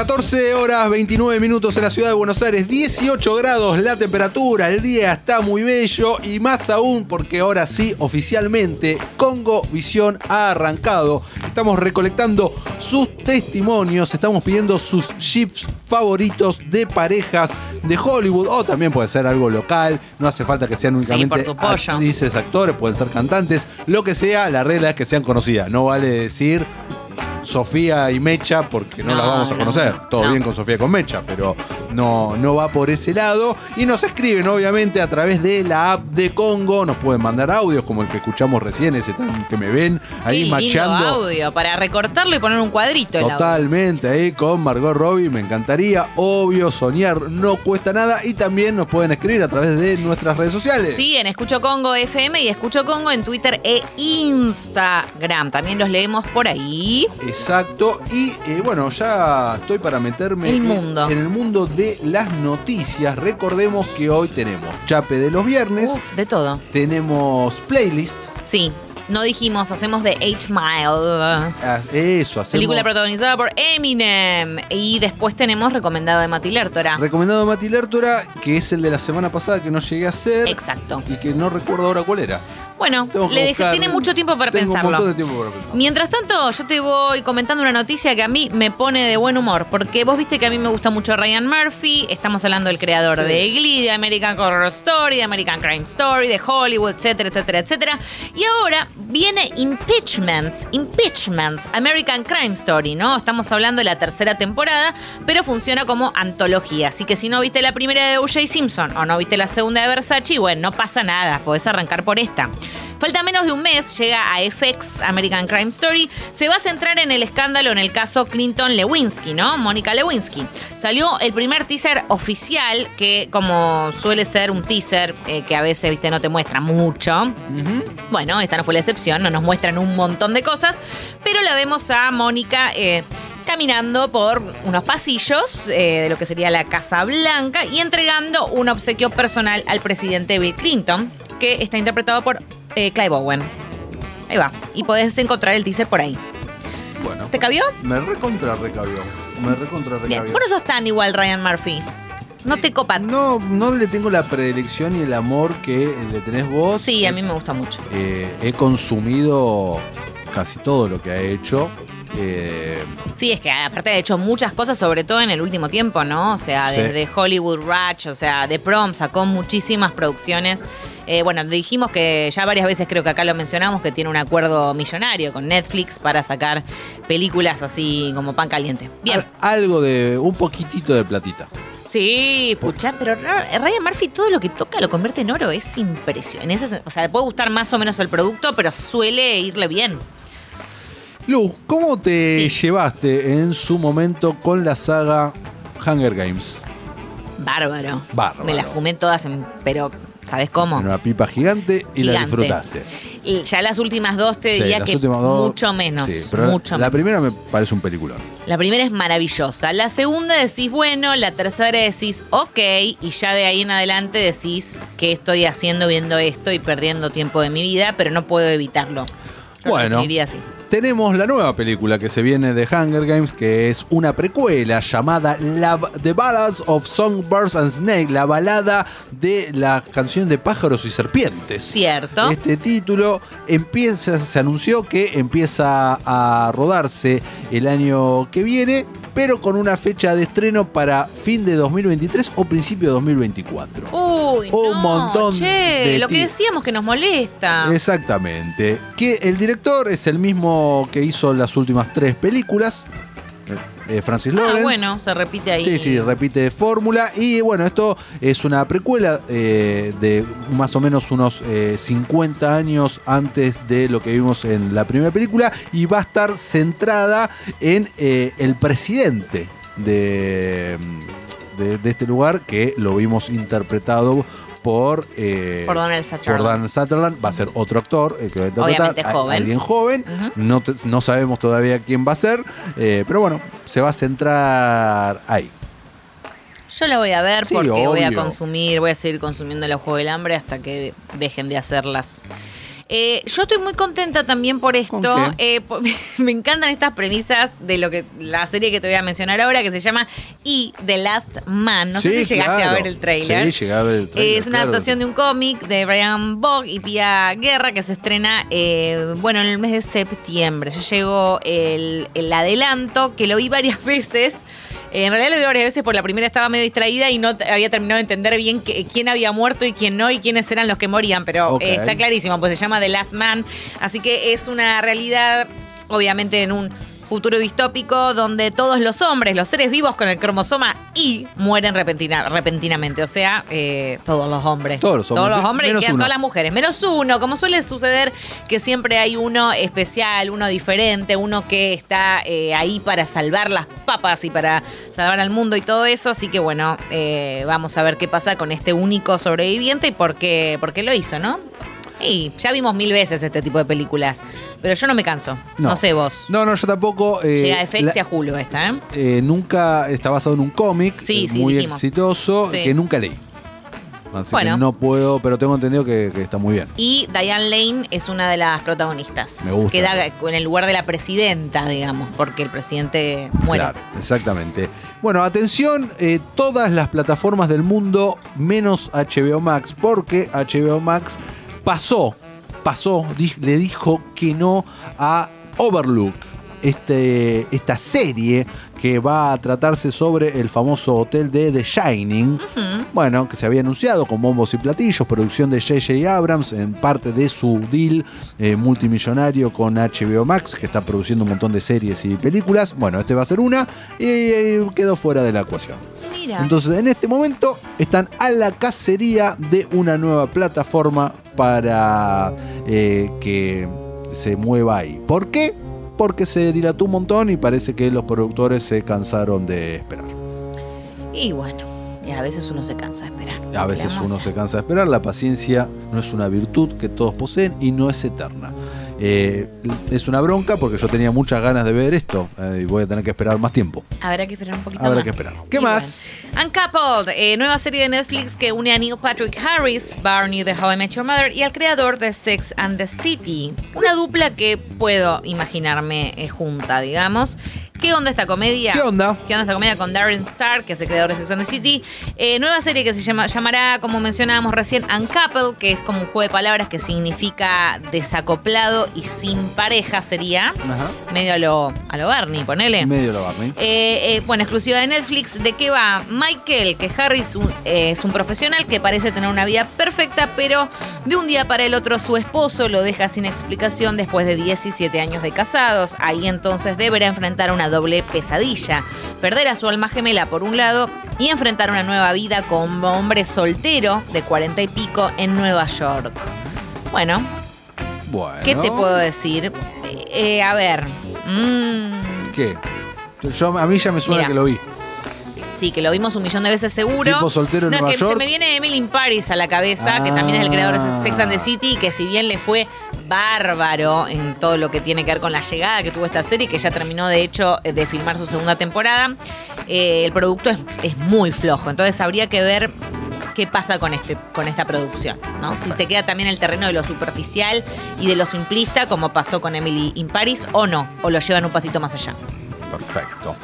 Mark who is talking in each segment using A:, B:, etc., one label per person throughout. A: 14 horas 29 minutos en la ciudad de Buenos Aires, 18 grados la temperatura, el día está muy bello y más aún porque ahora sí, oficialmente, Congo Visión ha arrancado. Estamos recolectando sus testimonios, estamos pidiendo sus chips favoritos de parejas de Hollywood o también puede ser algo local, no hace falta que sean
B: Sí,
A: únicamente
B: por supuesto.
A: actrices, actores, pueden ser cantantes, lo que sea, la regla es que sean conocidas, no vale decir Sofía y Mecha, porque no,
B: No,
A: las vamos a
B: no,
A: conocer. Todo
B: no.
A: bien con Sofía y con Mecha, pero no, no va por ese lado. Y nos escriben, obviamente, a través de la app de Congo. Nos pueden mandar audios como el que escuchamos recién, ese tan que me ven ahí
B: Qué
A: machando.
B: lindo audio para recortarlo y poner un cuadrito. el audio.
A: Totalmente, ahí con Margot Robbie, me encantaría. Obvio, soñar no cuesta nada. Y también nos pueden escribir a través de nuestras redes sociales.
B: Sí, en Escucho Congo FM y Escucho Congo en Twitter e Instagram. También los leemos por ahí.
A: Exacto. Y eh, bueno, ya estoy para meterme
B: El
A: en-
B: mundo.
A: en el mundo de las noticias. Recordemos que hoy tenemos Chape de los Viernes,
B: Uf, de todo.
A: tenemos playlist.
B: Sí, no dijimos, hacemos de 8 Mile.
A: Ah, Eso, hacemos.
B: Película protagonizada por Eminem. Y después tenemos recomendado de Mati Lertora.
A: Recomendado de Mati Lertora, que es el de la semana pasada que no llegué a hacer.
B: Exacto.
A: Y que no recuerdo ahora cuál era.
B: Bueno,
A: Tengo que
B: le dejé-
A: buscar.
B: tiene mucho tiempo para
A: Tengo
B: pensarlo.
A: Un montón de tiempo para pensarlo.
B: Mientras tanto, yo te voy comentando una noticia que a mí me pone de buen humor, porque vos viste que a mí me gusta mucho Ryan Murphy, estamos hablando del creador
A: Sí.
B: de Glee, de American Horror Story, de American Crime Story, de Hollywood, etcétera, etcétera, etcétera. Y ahora viene Impeachment, Impeachment, American Crime Story, ¿no? Estamos hablando de la tercera temporada, pero funciona como antología, así que si no viste la primera de O.J. Simpson o no viste la segunda de Versace, bueno, no pasa nada, podés arrancar por esta. Falta menos de un mes, llega a FX, American Crime Story. Se va a centrar en el escándalo en el caso Clinton Lewinsky, ¿no? Mónica Lewinsky. Salió el primer teaser oficial, que como suele ser un teaser eh, que a veces, viste, no te muestra mucho. Bueno, esta no fue la excepción, no nos muestran un montón de cosas, pero la vemos a Mónica eh, caminando por unos pasillos eh, de lo que sería la Casa Blanca y entregando un obsequio personal al presidente Bill Clinton, que está interpretado por eh, Clive Owen. Ahí va, y podés encontrar el teaser por ahí.
A: Bueno.
B: ¿Te cabió?
A: Me recontra recabió. Me recontra
B: Bien.
A: recabió.
B: Vos no sos tan igual Ryan Murphy. No te copan.
A: No, no le tengo la predilección y el amor que le tenés vos.
B: Sí, a mí me gusta mucho.
A: Eh, he consumido casi todo lo que ha hecho. Eh,
B: Sí, es que aparte ha hecho muchas cosas, sobre todo en el último tiempo, ¿no? O sea,
A: Sí.
B: desde Hollywood Ratch, o sea, The Prom sacó muchísimas producciones. Eh, bueno, dijimos que ya varias veces creo que acá lo mencionamos, que tiene un acuerdo millonario con Netflix para sacar películas así como pan caliente. Bien.
A: al- algo de. un poquitito de platita.
B: Sí, pucha, pero Ra- Ryan Murphy todo lo que toca lo convierte en oro, es impresionante. En ese sen- o sea, puede gustar más o menos el producto, pero suele irle bien.
A: Lu, ¿cómo te
B: Sí.
A: llevaste en su momento con la saga Hunger Games?
B: Bárbaro.
A: Bárbaro.
B: Me las fumé todas, en- pero ¿sabes cómo?
A: En una pipa gigante y la
B: Ah. Gigante.
A: disfrutaste.
B: Y Ya las últimas dos te
A: Sí,
B: diría
A: las
B: que
A: últimas dos-
B: mucho menos.
A: Sí, pero la-
B: mucho
A: la,
B: menos.
A: primera me parece un película.
B: La primera es maravillosa. La segunda decís bueno, la tercera decís ok, y ya de ahí en adelante decís qué estoy haciendo viendo esto y perdiendo tiempo de mi vida, pero no puedo evitarlo. Lo
A: Bueno.
B: definiría así.
A: Tenemos la nueva película que se viene de Hunger Games, que es una precuela llamada La- The Ballads of Songbirds and Snakes, la balada de la canción de pájaros y serpientes.
B: Cierto.
A: Este título empieza, se anunció que empieza a rodarse el año que viene, pero con una fecha de estreno para fin de 2023 o principio de 2024.
B: Uy,
A: un
B: no,
A: montón
B: che,
A: de
B: lo
A: ti-
B: que decíamos que nos molesta.
A: Exactamente. Que el director es el mismo que hizo las últimas tres películas. eh, eh, Francis
B: ah,
A: Lawrence.
B: bueno, se repite ahí.
A: Sí, sí, repite fórmula. Y bueno, esto es una precuela eh, de más o menos unos eh, 50 años antes de lo que vimos en la primera película. Y va a estar centrada en eh, el presidente de, de, de este lugar, que lo vimos interpretado por. eh,
B: por Donald Sutherland.
A: por Dan Sutherland, va a ser otro actor, el que va a interpretar,
B: Obviamente
A: a-
B: joven.
A: alguien joven,
B: Ujú.
A: no, te- no sabemos todavía quién va a ser, eh, pero bueno, se va a centrar ahí.
B: Yo la voy a ver
A: Sí,
B: porque voy a
A: obvio.
B: consumir, voy a seguir consumiendo los Juegos del Hambre hasta que dejen de hacerlas. Eh, yo estoy muy contenta también por esto.
A: ¿Con
B: Eh, po- me encantan estas premisas de lo que la serie que te voy a mencionar ahora, que se llama Y The Last Man. No sé
A: Sí,
B: si llegaste a
A: claro.
B: ver el tráiler.
A: Sí, llegué a ver el tráiler,
B: es una
A: claro.
B: adaptación de un cómic de Brian Bog y Pia Guerra que se estrena, eh, bueno, en el mes de septiembre. Yo llegó el, el adelanto, que lo vi varias veces. Eh, en realidad lo vi varias veces porque la primera estaba medio distraída y no t- había terminado de entender bien qué- quién había muerto y quién no y quiénes eran los que morían. Pero
A: Ok.
B: eh, está clarísimo, pues se llama The Last Man. Así que es una realidad, obviamente, en un futuro distópico donde todos los hombres, los seres vivos con el cromosoma Y, mueren repentina- repentinamente. O sea, eh, todos los hombres.
A: Todos los hombres,
B: Todos los hombres
A: menos
B: y quedan
A: uno.
B: todas las mujeres. Menos uno, como suele suceder, que siempre hay uno especial, uno diferente, uno que está eh, ahí para salvar las papas y para salvar al mundo y todo eso. Así que bueno, eh, vamos a ver qué pasa con este único sobreviviente y por qué, por qué lo hizo, ¿no? Y ya vimos mil veces este tipo de películas, pero yo no me canso. No, sé vos.
A: No, no, yo tampoco. eh,
B: Llega de FX
A: la-
B: y a Hulu esta, ¿eh?
A: Eh, nunca está basado en un cómic
B: Sí,
A: eh,
B: sí,
A: muy
B: dijimos.
A: exitoso
B: Sí.
A: que nunca leí. Así
B: Bueno.
A: que no puedo, pero tengo entendido que, que está muy bien.
B: Y Diane Lane es una de las protagonistas.
A: Me gusta.
B: Queda en el lugar de la presidenta, digamos, porque el presidente muere.
A: Claro, exactamente. Bueno, atención, eh, todas las plataformas del mundo menos HBO Max, porque HBO Max pasó, pasó, di- le dijo que no a Overlook. Este, esta serie que va a tratarse sobre el famoso hotel de The Shining, bueno, que se había anunciado con bombos y platillos, producción de J.J. Abrams en parte de su deal eh, multimillonario con HBO Max, que está produciendo un montón de series y películas. Bueno, este va a ser una y, eh, quedó fuera de la ecuación.
B: Mira.
A: Entonces, en este momento están a la cacería de una nueva plataforma para eh, que se mueva ahí. ¿Por qué? Porque se dilató un montón y parece que los productores se cansaron de esperar.
B: y bueno, y a veces uno se cansa de esperar. ¿Qué
A: A
B: le
A: veces
B: vamos a
A: uno se
B: hacer?
A: cansa de esperar, la paciencia no es una virtud que todos poseen y no es eterna. Eh, es una bronca porque yo tenía muchas ganas de ver esto eh, y voy a tener que esperar más tiempo.
B: Habrá que esperar un poquito
A: Habrá
B: más.
A: que esperar. ¿Qué
B: Y
A: más?
B: bueno. Uncoupled, eh, nueva serie de Netflix que une a Neil Patrick Harris, Barney de How I Met Your Mother y al creador de Sex and the City. Una dupla que puedo imaginarme eh, junta, digamos. ¿Qué onda esta comedia?
A: ¿Qué onda?
B: ¿Qué onda esta comedia con Darren Star, que es el creador de Sex and the City? Eh, nueva serie que se llama, llamará, como mencionábamos recién, Uncoupled, que es como un juego de palabras que significa desacoplado y sin pareja sería. Medio a lo, a lo Barney, ponele.
A: Medio la Barney.
B: Eh, eh, bueno, exclusiva de Netflix. ¿De qué va? Michael, que Harry es un, eh, es un profesional que parece tener una vida perfecta, pero de un día para el otro su esposo lo deja sin explicación después de 17 años de casados. Ahí entonces deberá enfrentar una doble pesadilla. Perder a su alma gemela por un lado y enfrentar una nueva vida como hombre soltero de 40 y pico en Nueva York. Bueno,
A: Bueno.
B: ¿qué te puedo decir? Eh, eh, a ver. mm,
A: ¿Qué? Yo- a mí ya me suena
B: Mira.
A: que lo vi.
B: Sí, que lo vimos un millón de veces seguro.
A: Tipo soltero en
B: no, es
A: Nueva
B: que
A: York.
B: se me viene Emily in Paris a la cabeza, que también es el creador de Sex
A: Ah.
B: and the City, que si bien le fue bárbaro en todo lo que tiene que ver con la llegada que tuvo esta serie, que ya terminó de hecho eh, de filmar su segunda temporada, eh, el producto es, es muy flojo. Entonces habría que ver qué pasa con, este, con esta producción, ¿no? Si se queda también en el terreno de lo superficial y de lo simplista, como pasó con Emily in Paris, o no, o lo llevan un pasito más allá.
A: Perfecto.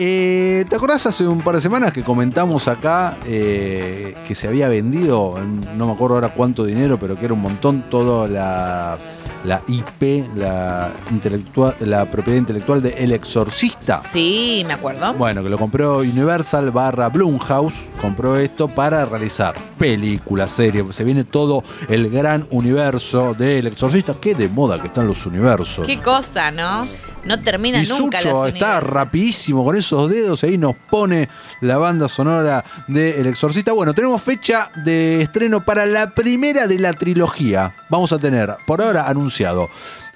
A: Eh, ¿Te acordás hace un par de semanas que comentamos acá eh, que se había vendido, no me acuerdo ahora cuánto dinero, pero que era un montón, toda la, la IP, la, intelectual, la propiedad intelectual de El Exorcista?
B: Sí, me acuerdo.
A: Bueno, que lo compró Universal barra Blumhouse, compró esto para realizar películas, series, se viene todo el gran universo de El Exorcista. Qué de moda que están los universos.
B: Qué cosa, ¿no? No termina
A: Y
B: nunca
A: Sucho
B: los
A: está
B: universos.
A: rapidísimo con esos dedos. Ahí nos pone la banda sonora de El Exorcista. Bueno, tenemos fecha de estreno para la primera de la trilogía. Vamos a tener, por ahora anunciado,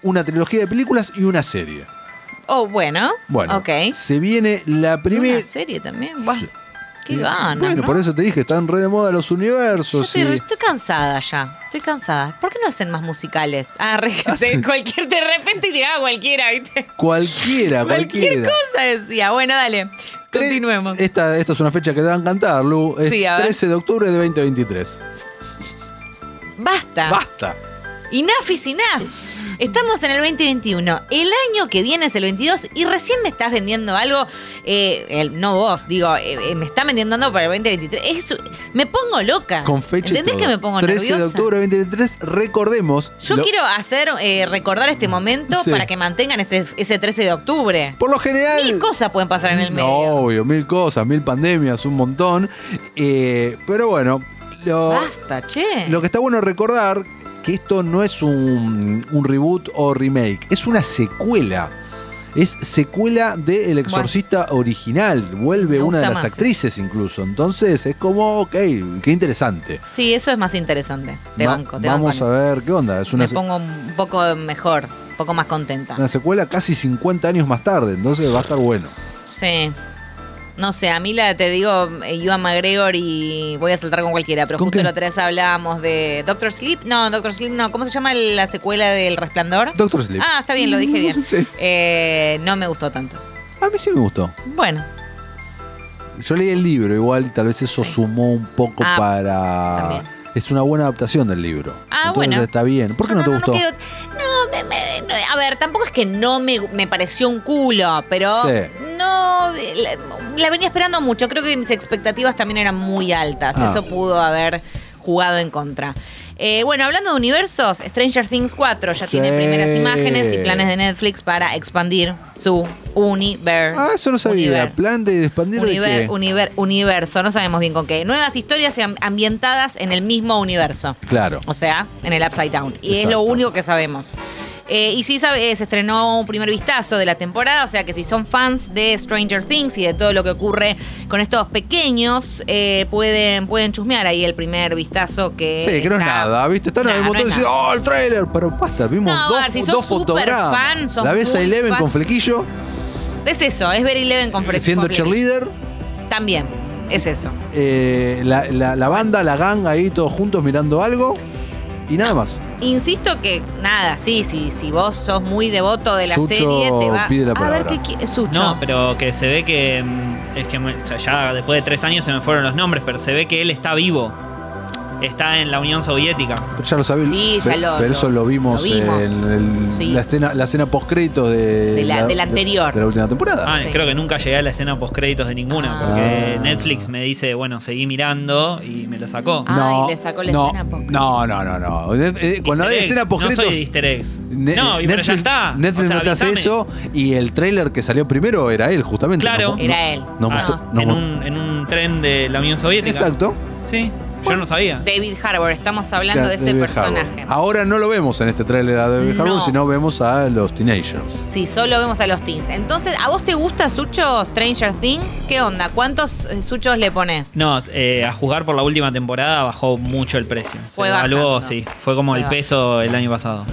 A: una trilogía de películas y una serie.
B: Oh, bueno.
A: Bueno,
B: Ok.
A: se viene la
B: Una
A: primera.
B: serie también. Buah, Qué ganas,
A: Bueno,
B: ¿no?
A: por eso te dije, están re de moda los
B: Yo
A: universos.
B: estoy,
A: y-
B: estoy cansada ya. Estoy cansada. ¿Por qué no hacen más musicales? Ah, re-
A: Hacen-
B: cualquier, de repente tiraba cualquiera, ¿viste?
A: Cualquiera,
B: Cualquier
A: cualquiera. eh,
B: cosa decía. Bueno, dale.
A: Tre-
B: Continuemos.
A: Esta, esta es una fecha que te va a encantar, Lu. Es
B: Sí, a ver.
A: 13 de octubre de 2023.
B: Basta.
A: Basta.
B: Enough is enough. Estamos en el 2021. El año que viene es el 22 y recién me estás vendiendo algo. eh, el- no vos, digo, eh, eh, me está vendiendo algo para el 2023. Es- me pongo loca.
A: Con fecha y
B: Ah, ¿Entendés
A: todo.
B: que me pongo
A: 13
B: nerviosa?
A: de octubre de 2023, recordemos.
B: Yo
A: lo-
B: quiero hacer eh, recordar este momento
A: Sí.
B: para que mantengan ese, ese 13 de octubre.
A: Por lo general.
B: Mil cosas pueden pasar en el
A: No,
B: medio.
A: obvio, mil cosas, mil pandemias, un montón. Eh, pero bueno, lo,
B: Basta, che.
A: lo que está bueno recordar que esto no es un, un reboot o remake, es una secuela. Es secuela de El Exorcista original. Vuelve
B: me
A: una de
B: gusta
A: las
B: más
A: actrices incluso. Entonces es como, ok, qué interesante.
B: Sí, eso es más interesante. Te
A: Va-
B: banco, te
A: vamos
B: banco. en
A: a
B: eso.
A: ver qué onda. Es una,
B: Me
A: se-
B: pongo un poco mejor, un poco más contenta.
A: una secuela casi 50 años más tarde. Entonces va a estar bueno.
B: Sí. No sé, a mí la te digo, eh, Ewan McGregor y voy a saltar con cualquiera, pero
A: ¿Con
B: justo
A: qué?
B: la otra vez hablábamos de Doctor Sleep. No, Doctor Sleep no. ¿Cómo se llama la secuela del Resplandor?
A: Doctor Sleep.
B: Ah, está bien, lo dije bien.
A: Sí.
B: Eh, no me gustó tanto.
A: A mí sí me gustó.
B: Bueno,
A: Yo leí el libro, igual y tal vez eso
B: Sí.
A: sumó un poco
B: Ah,
A: para.
B: también.
A: Es una buena adaptación del libro.
B: Ah,
A: Entonces
B: bueno.
A: está bien. ¿Por qué no, te gustó?
B: quedó- no, me- me- no, a ver, tampoco es que no me, me pareció un culo, pero
A: Sí.
B: no eh, la, la venía esperando mucho. Creo que mis expectativas también eran muy altas.
A: Ah.
B: Eso pudo haber jugado en contra. Eh, bueno, hablando de universos, Stranger Things 4 ya
A: Sí.
B: tiene primeras imágenes y planes de Netflix para expandir su universo.
A: ah, eso no sabía.
B: Univer-
A: Plan de expandir
B: univer-
A: de qué.
B: univer- universo, no sabemos bien con qué. Nuevas historias am- ambientadas en el mismo universo.
A: Claro.
B: O sea, en el Upside Down. Y es
A: Exacto.
B: lo único que sabemos. Eh, y sí sabe, se estrenó un primer vistazo de la temporada, o sea que si son fans de Stranger Things y de todo lo que ocurre con estos pequeños, eh, pueden, pueden chusmear ahí el primer vistazo que...
A: Sí, que no es
B: está-
A: nada, ¿viste? Están en
B: Nah,
A: el
B: no
A: botón
B: es
A: y dicen,
B: nada.
A: ¡oh, el trailer! Pero basta, vimos
B: No,
A: dos,
B: a ver, si sos
A: dos
B: súper
A: fotogramas.
B: fan, sos
A: la ves a
B: muy
A: Eleven
B: fan.
A: con flequillo,
B: Es eso, es Very Eleven con Fre-
A: siendo
B: con Fleck.
A: cheerleader,
B: También, es eso.
A: eh, la, la- la banda, la gang ahí todos juntos mirando algo y nada más.
B: Insisto que nada, sí, sí, si vos sos muy devoto de la
A: Sucho
B: serie, te va
A: pide la
B: a ver
A: palabra.
B: qué qui- Sucho.
C: No, pero que se ve que. mm, Es que me- o sea, ya después de tres años se me fueron los nombres, pero se ve que él está vivo. Está en la Unión Soviética.
A: Pero Ya lo sabés.
B: Sí, ya
A: Pe-
B: lo-
A: Pero eso lo vimos,
B: lo vimos.
A: en el-
B: Sí.
A: la escena, la escena post-crédito de,
B: De la- de la anterior.
A: De, la última temporada.
C: Ah,
B: Sí.
C: creo que nunca llegué a la escena post créditos de ninguna,
B: Ah.
C: porque Netflix me dice, bueno, seguí mirando y me lo sacó.
B: Ah. y le sacó la
A: no,
B: escena post-
A: No, no, no, no. Eh, eh, Cuando hay
C: Easter eggs,
A: escena
C: No soy de
A: post-créditos.
C: easter eggs.
A: Ne-
C: no, y pero ya está.
A: Netflix
C: O sea,
A: no te hace
C: avísame.
A: eso y el trailer que salió primero era él, justamente.
C: Claro.
A: Nos-
B: Era él.
A: nos
C: Ah,
A: mostró- nos
C: en,
A: mostró-
C: un, en un tren de la Unión Soviética.
A: Exacto.
C: Sí, yo no sabía.
B: David Harbour, estamos hablando de ese
A: David
B: personaje.
A: Harbour. Ahora no lo vemos en este trailer a David
B: No.
A: Harbour, sino vemos a los teenagers.
B: Sí, solo vemos a los teens. Entonces, ¿a vos te gusta Sucho Stranger Things? ¿Qué onda? ¿Cuántos eh, Suchos le pones?
C: No, eh, a jugar por la última temporada bajó mucho el precio.
B: Fue
C: Se evaluó,
B: bajando.
C: sí. Fue como
B: Fue
C: el
B: bajando.
C: peso el año pasado.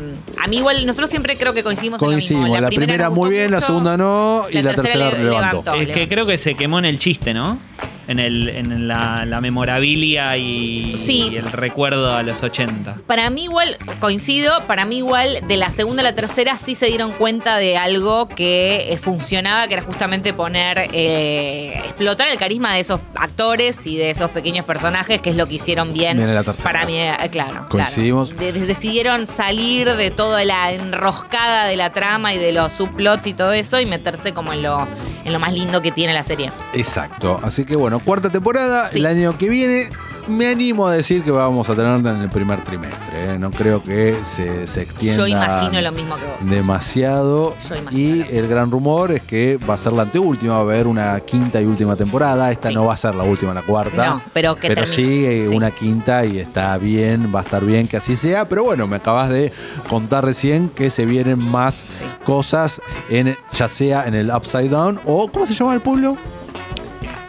B: A mí igual, nosotros siempre creo que coincidimos en lo mismo.
A: Coincidimos. La primera
B: nos
A: muy
B: gustó
A: bien, la
B: mucho,
A: segunda no y la tercera
B: le-
A: levantó.
C: es que
B: levantó.
C: creo que se quemó en el chiste, ¿no? En, el, en la, la memorabilia y,
B: Sí.
C: y el recuerdo a los 80.
B: Para mí igual, coincido, para mí igual de la segunda a la tercera sí se dieron cuenta de algo que eh, funcionaba, que era justamente poner, eh, explotar el carisma de esos actores y de esos pequeños personajes, que es lo que hicieron bien.
A: Bien en la tercera.
B: Para mí, eh, claro.
A: Coincidimos.
B: claro. De- decidieron salir de toda la enroscada de la trama y de los subplots y todo eso y meterse como en lo, en lo más lindo que tiene la serie.
A: Exacto. Así que bueno, cuarta temporada,
B: Sí.
A: el año que viene. Me animo a decir que vamos a tenerla en el primer trimestre. ¿eh? No creo que se, se extienda
B: Yo imagino lo mismo que vos.
A: demasiado.
B: Yo
A: Y
B: imagino.
A: el gran rumor es que va a ser la anteúltima, va a haber una quinta y última temporada. Esta
B: Sí.
A: no va a ser la última, la cuarta.
B: No, pero que termine.
A: sí, eh,
B: Sí.
A: una quinta y está bien, va a estar bien que así sea. Pero bueno, me acabas de contar recién que se vienen más
B: Sí.
A: cosas, en, ya sea en el Upside Down o. ¿Cómo se llama el pueblo?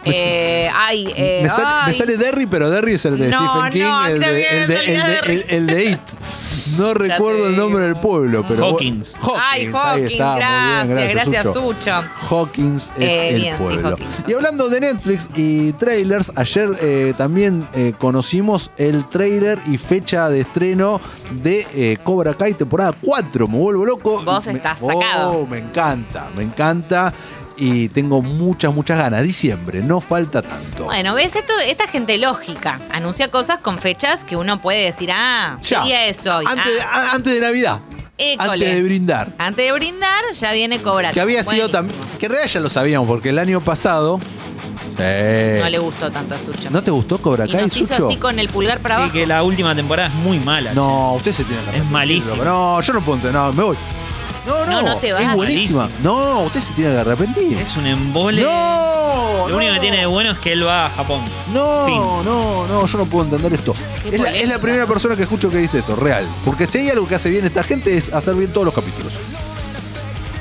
A: Me sa-
B: Eh, ay, eh,
A: Pues me, sale, me
B: ay.
A: sale Derry, pero Derry es el de
B: No,
A: Stephen King,
B: no, a mí
A: el, de,
B: también me
A: el, de,
B: salía
A: el de-
B: Derry.
A: el- el de It. No recuerdo el
B: digo.
A: nombre del pueblo, pero.
C: Hawkins.
B: Ay,
A: Hawkins, ahí
B: Hawkins,
A: está, muy
B: gracias,
A: bien,
B: gracias,
A: Sucho.
B: Sucho.
A: Hawkins es
B: Eh,
A: el
B: bien, sí,
A: pueblo.
B: Hawkins,
A: y
B: Hawkins.
A: hablando de Netflix y trailers, ayer eh, también eh, conocimos el trailer y fecha de estreno de eh, Cobra Kai temporada 4. Me vuelvo loco.
B: Vos
A: Me-
B: estás
A: Oh,
B: sacado.
A: me encanta, me encanta. y tengo muchas, muchas ganas. Diciembre, no falta tanto.
B: Bueno, ves, esto, esta gente lógica anuncia cosas con fechas que uno puede decir, ah, ¿qué
A: Ya.
B: día es hoy?
A: Antes, de,
B: Ah,
A: a- antes de Navidad.
B: école.
A: Antes de brindar.
B: Antes de brindar, ya viene cobrar.
A: Que había sido también. Que en realidad ya lo sabíamos, porque el año pasado. Sí.
B: No le gustó tanto a Sucho.
A: ¿No te gustó Cobra
B: y
A: Kai,
B: nos hizo
A: Sucho?
B: así con el pulgar para
C: Y
B: abajo.
C: que la última temporada es muy mala.
A: No, usted se tiene que arrepentir.
C: malísimo.
A: loco. No, yo no puedo entrar. No, me voy. No, no.
B: No, no te
A: Es
B: vas.
A: buenísima. No, usted se tiene que arrepentir.
C: Es un embole.
A: No.
C: Lo único que tiene de bueno es que él va a Japón.
A: No,
C: Fin.
A: no, no, yo no puedo entender esto.
B: Qué
A: Es la, es la
B: polémica.
A: primera persona que escucho que dice esto, real. Porque si hay algo que hace bien esta gente es hacer bien todos los capítulos.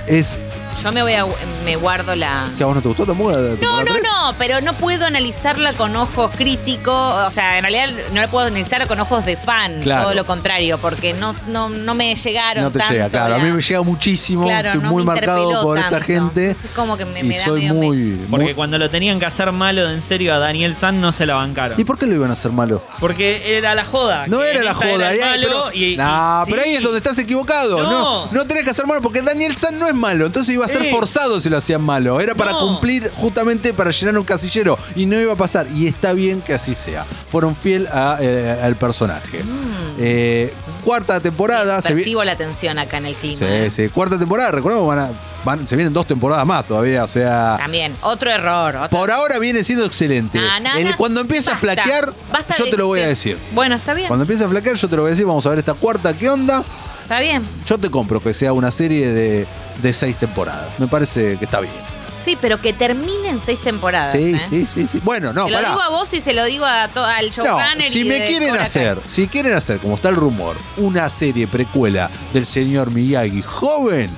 A: Es.
B: Yo me voy a me guardo la.
A: ¿Que a vos no te gustó tampoco? la
B: No,
A: temporada
B: no,
A: tres?
B: no, pero no puedo analizarla con ojos críticos. O sea, en realidad no la puedo analizar con ojos de fan.
A: Claro.
B: Todo lo contrario, porque no, no, no me llegaron.
A: No te
B: tanto
A: llega, claro. A mí
B: la-
A: me llega muchísimo.
B: Claro,
A: estoy
B: no
A: muy
B: me
A: marcado
B: interpeló
A: por esta
B: tanto.
A: gente.
B: Es como que me-
A: y
B: me da
A: soy
B: medio
A: muy.
C: Porque
A: muy-
C: cuando lo tenían que hacer malo de en serio a Daniel San no se la bancaron.
A: ¿Y por qué lo iban a hacer malo?
C: Porque era la joda.
A: No
C: que
A: era la
C: Nita
A: joda,
C: el
A: ahí hay-
C: malo
A: pero,
C: y- y-
A: Nah, pero
C: sí.
A: ahí es donde estás equivocado. No. no,
C: No.
A: tenés que hacer malo porque Daniel San no es malo. Entonces iba a ser
C: Eh.
A: forzado si lo hacían malo. Era para
C: No.
A: cumplir justamente para llenar un casillero y no iba a pasar. Y está bien que así sea. Fueron fiel a, eh, al personaje.
C: Mm.
A: Eh, cuarta temporada. se vi-
B: Percibo la tensión acá en el clima.
A: Sí, sí. Cuarta temporada, recordemos, van a- van- se vienen dos temporadas más todavía. O sea,
B: También, otro error. otro-
A: por ahora viene siendo excelente.
B: Na, na,
A: El-
B: na.
A: cuando empieza
B: Basta.
A: a flaquear,
B: Basta
A: yo
B: de-
A: te lo
C: este
A: voy a
B: de-
A: decir.
B: Bueno, está bien.
A: Cuando empieza a flaquear, yo te lo voy a decir. Vamos a ver esta cuarta, ¿qué onda?
B: Está bien.
A: Yo te compro que sea una serie de, de seis temporadas. Me parece que está bien.
B: Sí, pero que terminen seis temporadas.
A: Sí,
B: ¿eh?
A: sí, sí, sí. Bueno, no,
B: Se lo
A: pará.
B: digo a vos y se lo digo a to- al
A: No,
B: showrunner.
A: si
B: y
A: me
B: de
A: quieren
B: Cobra Kai.
A: hacer, si quieren hacer, como está el rumor, una serie precuela del señor Miyagi joven,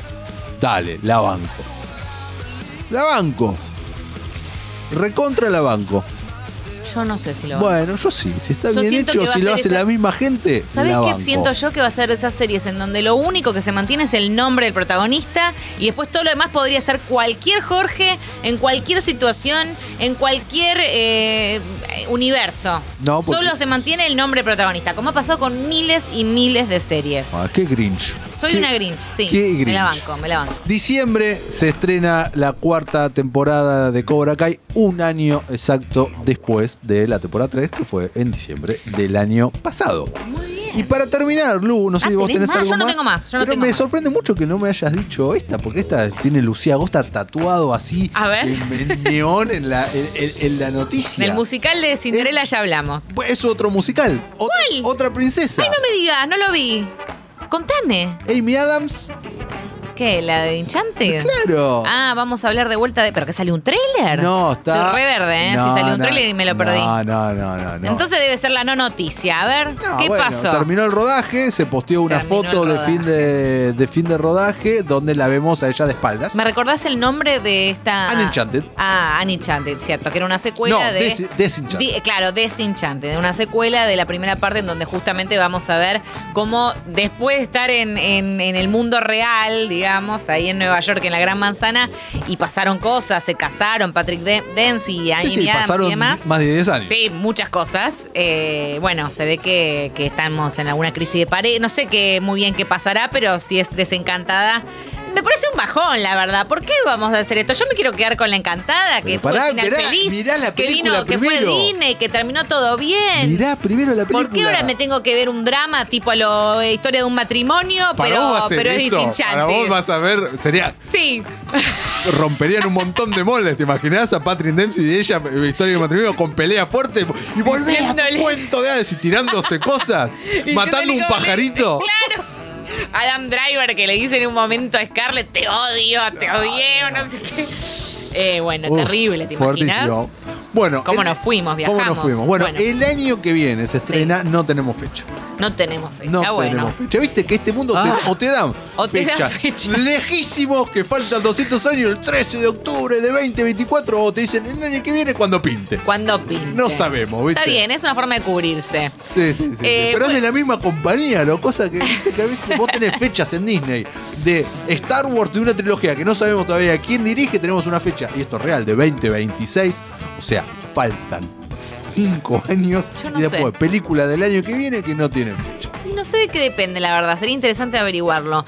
A: dale, la banco. La banco. Recontra la banco.
B: Yo no sé si lo van a
A: Bueno, yo sí, si está
B: Yo
A: bien
B: siento
A: hecho,
B: que va
A: si
B: a
A: lo
B: ser
A: hace
B: esa-
A: la misma gente,
B: ¿Sabes
A: la
B: qué
A: banco.
B: siento yo que va a ser de esas series en donde lo único que se mantiene es el nombre del protagonista y después todo lo demás podría ser cualquier Jorge, en cualquier situación, en cualquier eh, universo?
A: No, porque-
B: Solo se mantiene el nombre del protagonista, como ha pasado con miles y miles de series.
A: Ah, qué Grinch.
B: Soy
A: Qué-
B: una Grinch, sí.
A: qué
B: Me la
A: Grinch.
B: banco, me la banco.
A: Diciembre se estrena la cuarta temporada de Cobra Kai, un año exacto después de la temporada 3, que fue en diciembre del año pasado.
B: Muy bien.
A: Y para terminar, Lu, no sé
B: Ah,
A: si vos
B: ¿tenés
A: tenés
B: más?
A: algo
B: Yo no
A: más.
B: tengo más, yo no
A: pero
B: tengo
A: me
B: más.
A: sorprende mucho que no me hayas dicho esta, porque esta tiene Lucía Agosta tatuado así
B: A ver.
A: en, en neón en la, en- en- en la noticia. Pues,
B: Del musical de Cinderella ya hablamos.
A: Es otro musical. Otra,
B: ¿Cuál?
A: otra princesa.
B: Ay, no me digas, no lo vi. Contame.
A: Amy Adams.
B: ¿Qué? ¿La de Enchanted?
A: Claro.
B: Ah, vamos a hablar de vuelta de. ¿Pero que salió un tráiler?
A: No, está.
B: Estoy re verde, ¿eh?
A: No,
B: si salió un
A: no,
B: tráiler y me lo perdí.
A: No, no, no, no. no.
B: Entonces debe ser la no noticia. A ver,
A: No,
B: ¿qué
A: bueno,
B: pasó?
A: Terminó el rodaje, se posteó una
B: Terminó
A: foto
B: el
A: de fin de, de fin de rodaje donde la vemos a ella de espaldas.
B: ¿Me recordás el nombre de esta.
A: Unenchanted.
B: Ah, Unenchanted, cierto, que era una secuela
A: No,
B: de.
A: Des- Desenchanted.
B: Di- claro, Desenchanted, una secuela de la primera parte en donde justamente vamos a ver cómo después de estar en, en- en el mundo real, digamos, ahí en Nueva York, en la Gran Manzana, y pasaron cosas, se casaron, Patrick De- Dempsey y Amy
A: sí, sí,
B: Adams
A: pasaron
B: y demás.
A: más de 10 años.
B: Sí, muchas cosas. Eh, bueno, se ve que, que estamos en alguna crisis de pared. No sé qué muy bien qué pasará, pero si es desencantada. Me parece un bajón, la verdad. ¿Por qué vamos a hacer esto? Yo me quiero quedar con la encantada, que
A: Pero
B: tuvo
A: pará,
B: un final
A: mirá,
B: feliz,
A: mirá la
B: que
A: película
B: vino, que fue
A: primero.
B: Disney, que terminó todo bien.
A: Mirá primero la película.
B: ¿Por qué ahora me tengo que ver un drama tipo a lo eh, historia de un matrimonio,
A: Para
B: pero,
A: vos va a ser
B: pero es
A: eso. Para vos
B: desenchante?
A: vas a ver, sería
B: Sí.
A: romperían un montón de moldes, ¿te imaginás a Patrick Dempsey y ella eh, historia de matrimonio con pelea fuerte y volver a tu
B: Diciéndole-
A: cuento de hadas y tirándose cosas, matando
B: Diciéndole
A: un
B: como-
A: pajarito?
B: Claro. Adam Driver que le dice en un momento a Scarlett, te odio, te odié, o no sé qué. Eh, bueno,
A: Uf,
B: terrible, ¿te imaginas?
A: fuertísimo. Bueno,
B: ¿Cómo nos fuimos?
A: ¿Cómo nos
B: Viajamos.
A: fuimos? Bueno,
B: Bueno.
A: el año que viene se estrena, no tenemos fecha.
B: No tenemos fecha,
A: No
B: bueno.
A: tenemos fecha. ¿Viste que este mundo te-
B: Ah.
A: o te dan
B: O te dan
A: fechas
B: fecha.
A: lejísimos que faltan 200 años, el 13 de octubre de 2024, o te dicen el año que viene cuando pinte?
B: ¿Cuándo pinte?
A: No sabemos, ¿viste?
B: Está bien, es una forma de cubrirse.
A: Sí, sí, sí. sí.
B: Eh,
A: Pero es
B: bueno.
A: de la misma compañía, ¿no? Cosa que, viste que a veces vos tenés fechas en Disney de Star Wars de una trilogía que no sabemos todavía quién dirige, tenemos una fecha, y esto es real, de 2026. O sea, faltan 5 años
B: Yo no
A: y después
B: sé.
A: película del año que viene que no tienen fecha.
B: Y no sé de qué depende, la verdad. Sería interesante averiguarlo.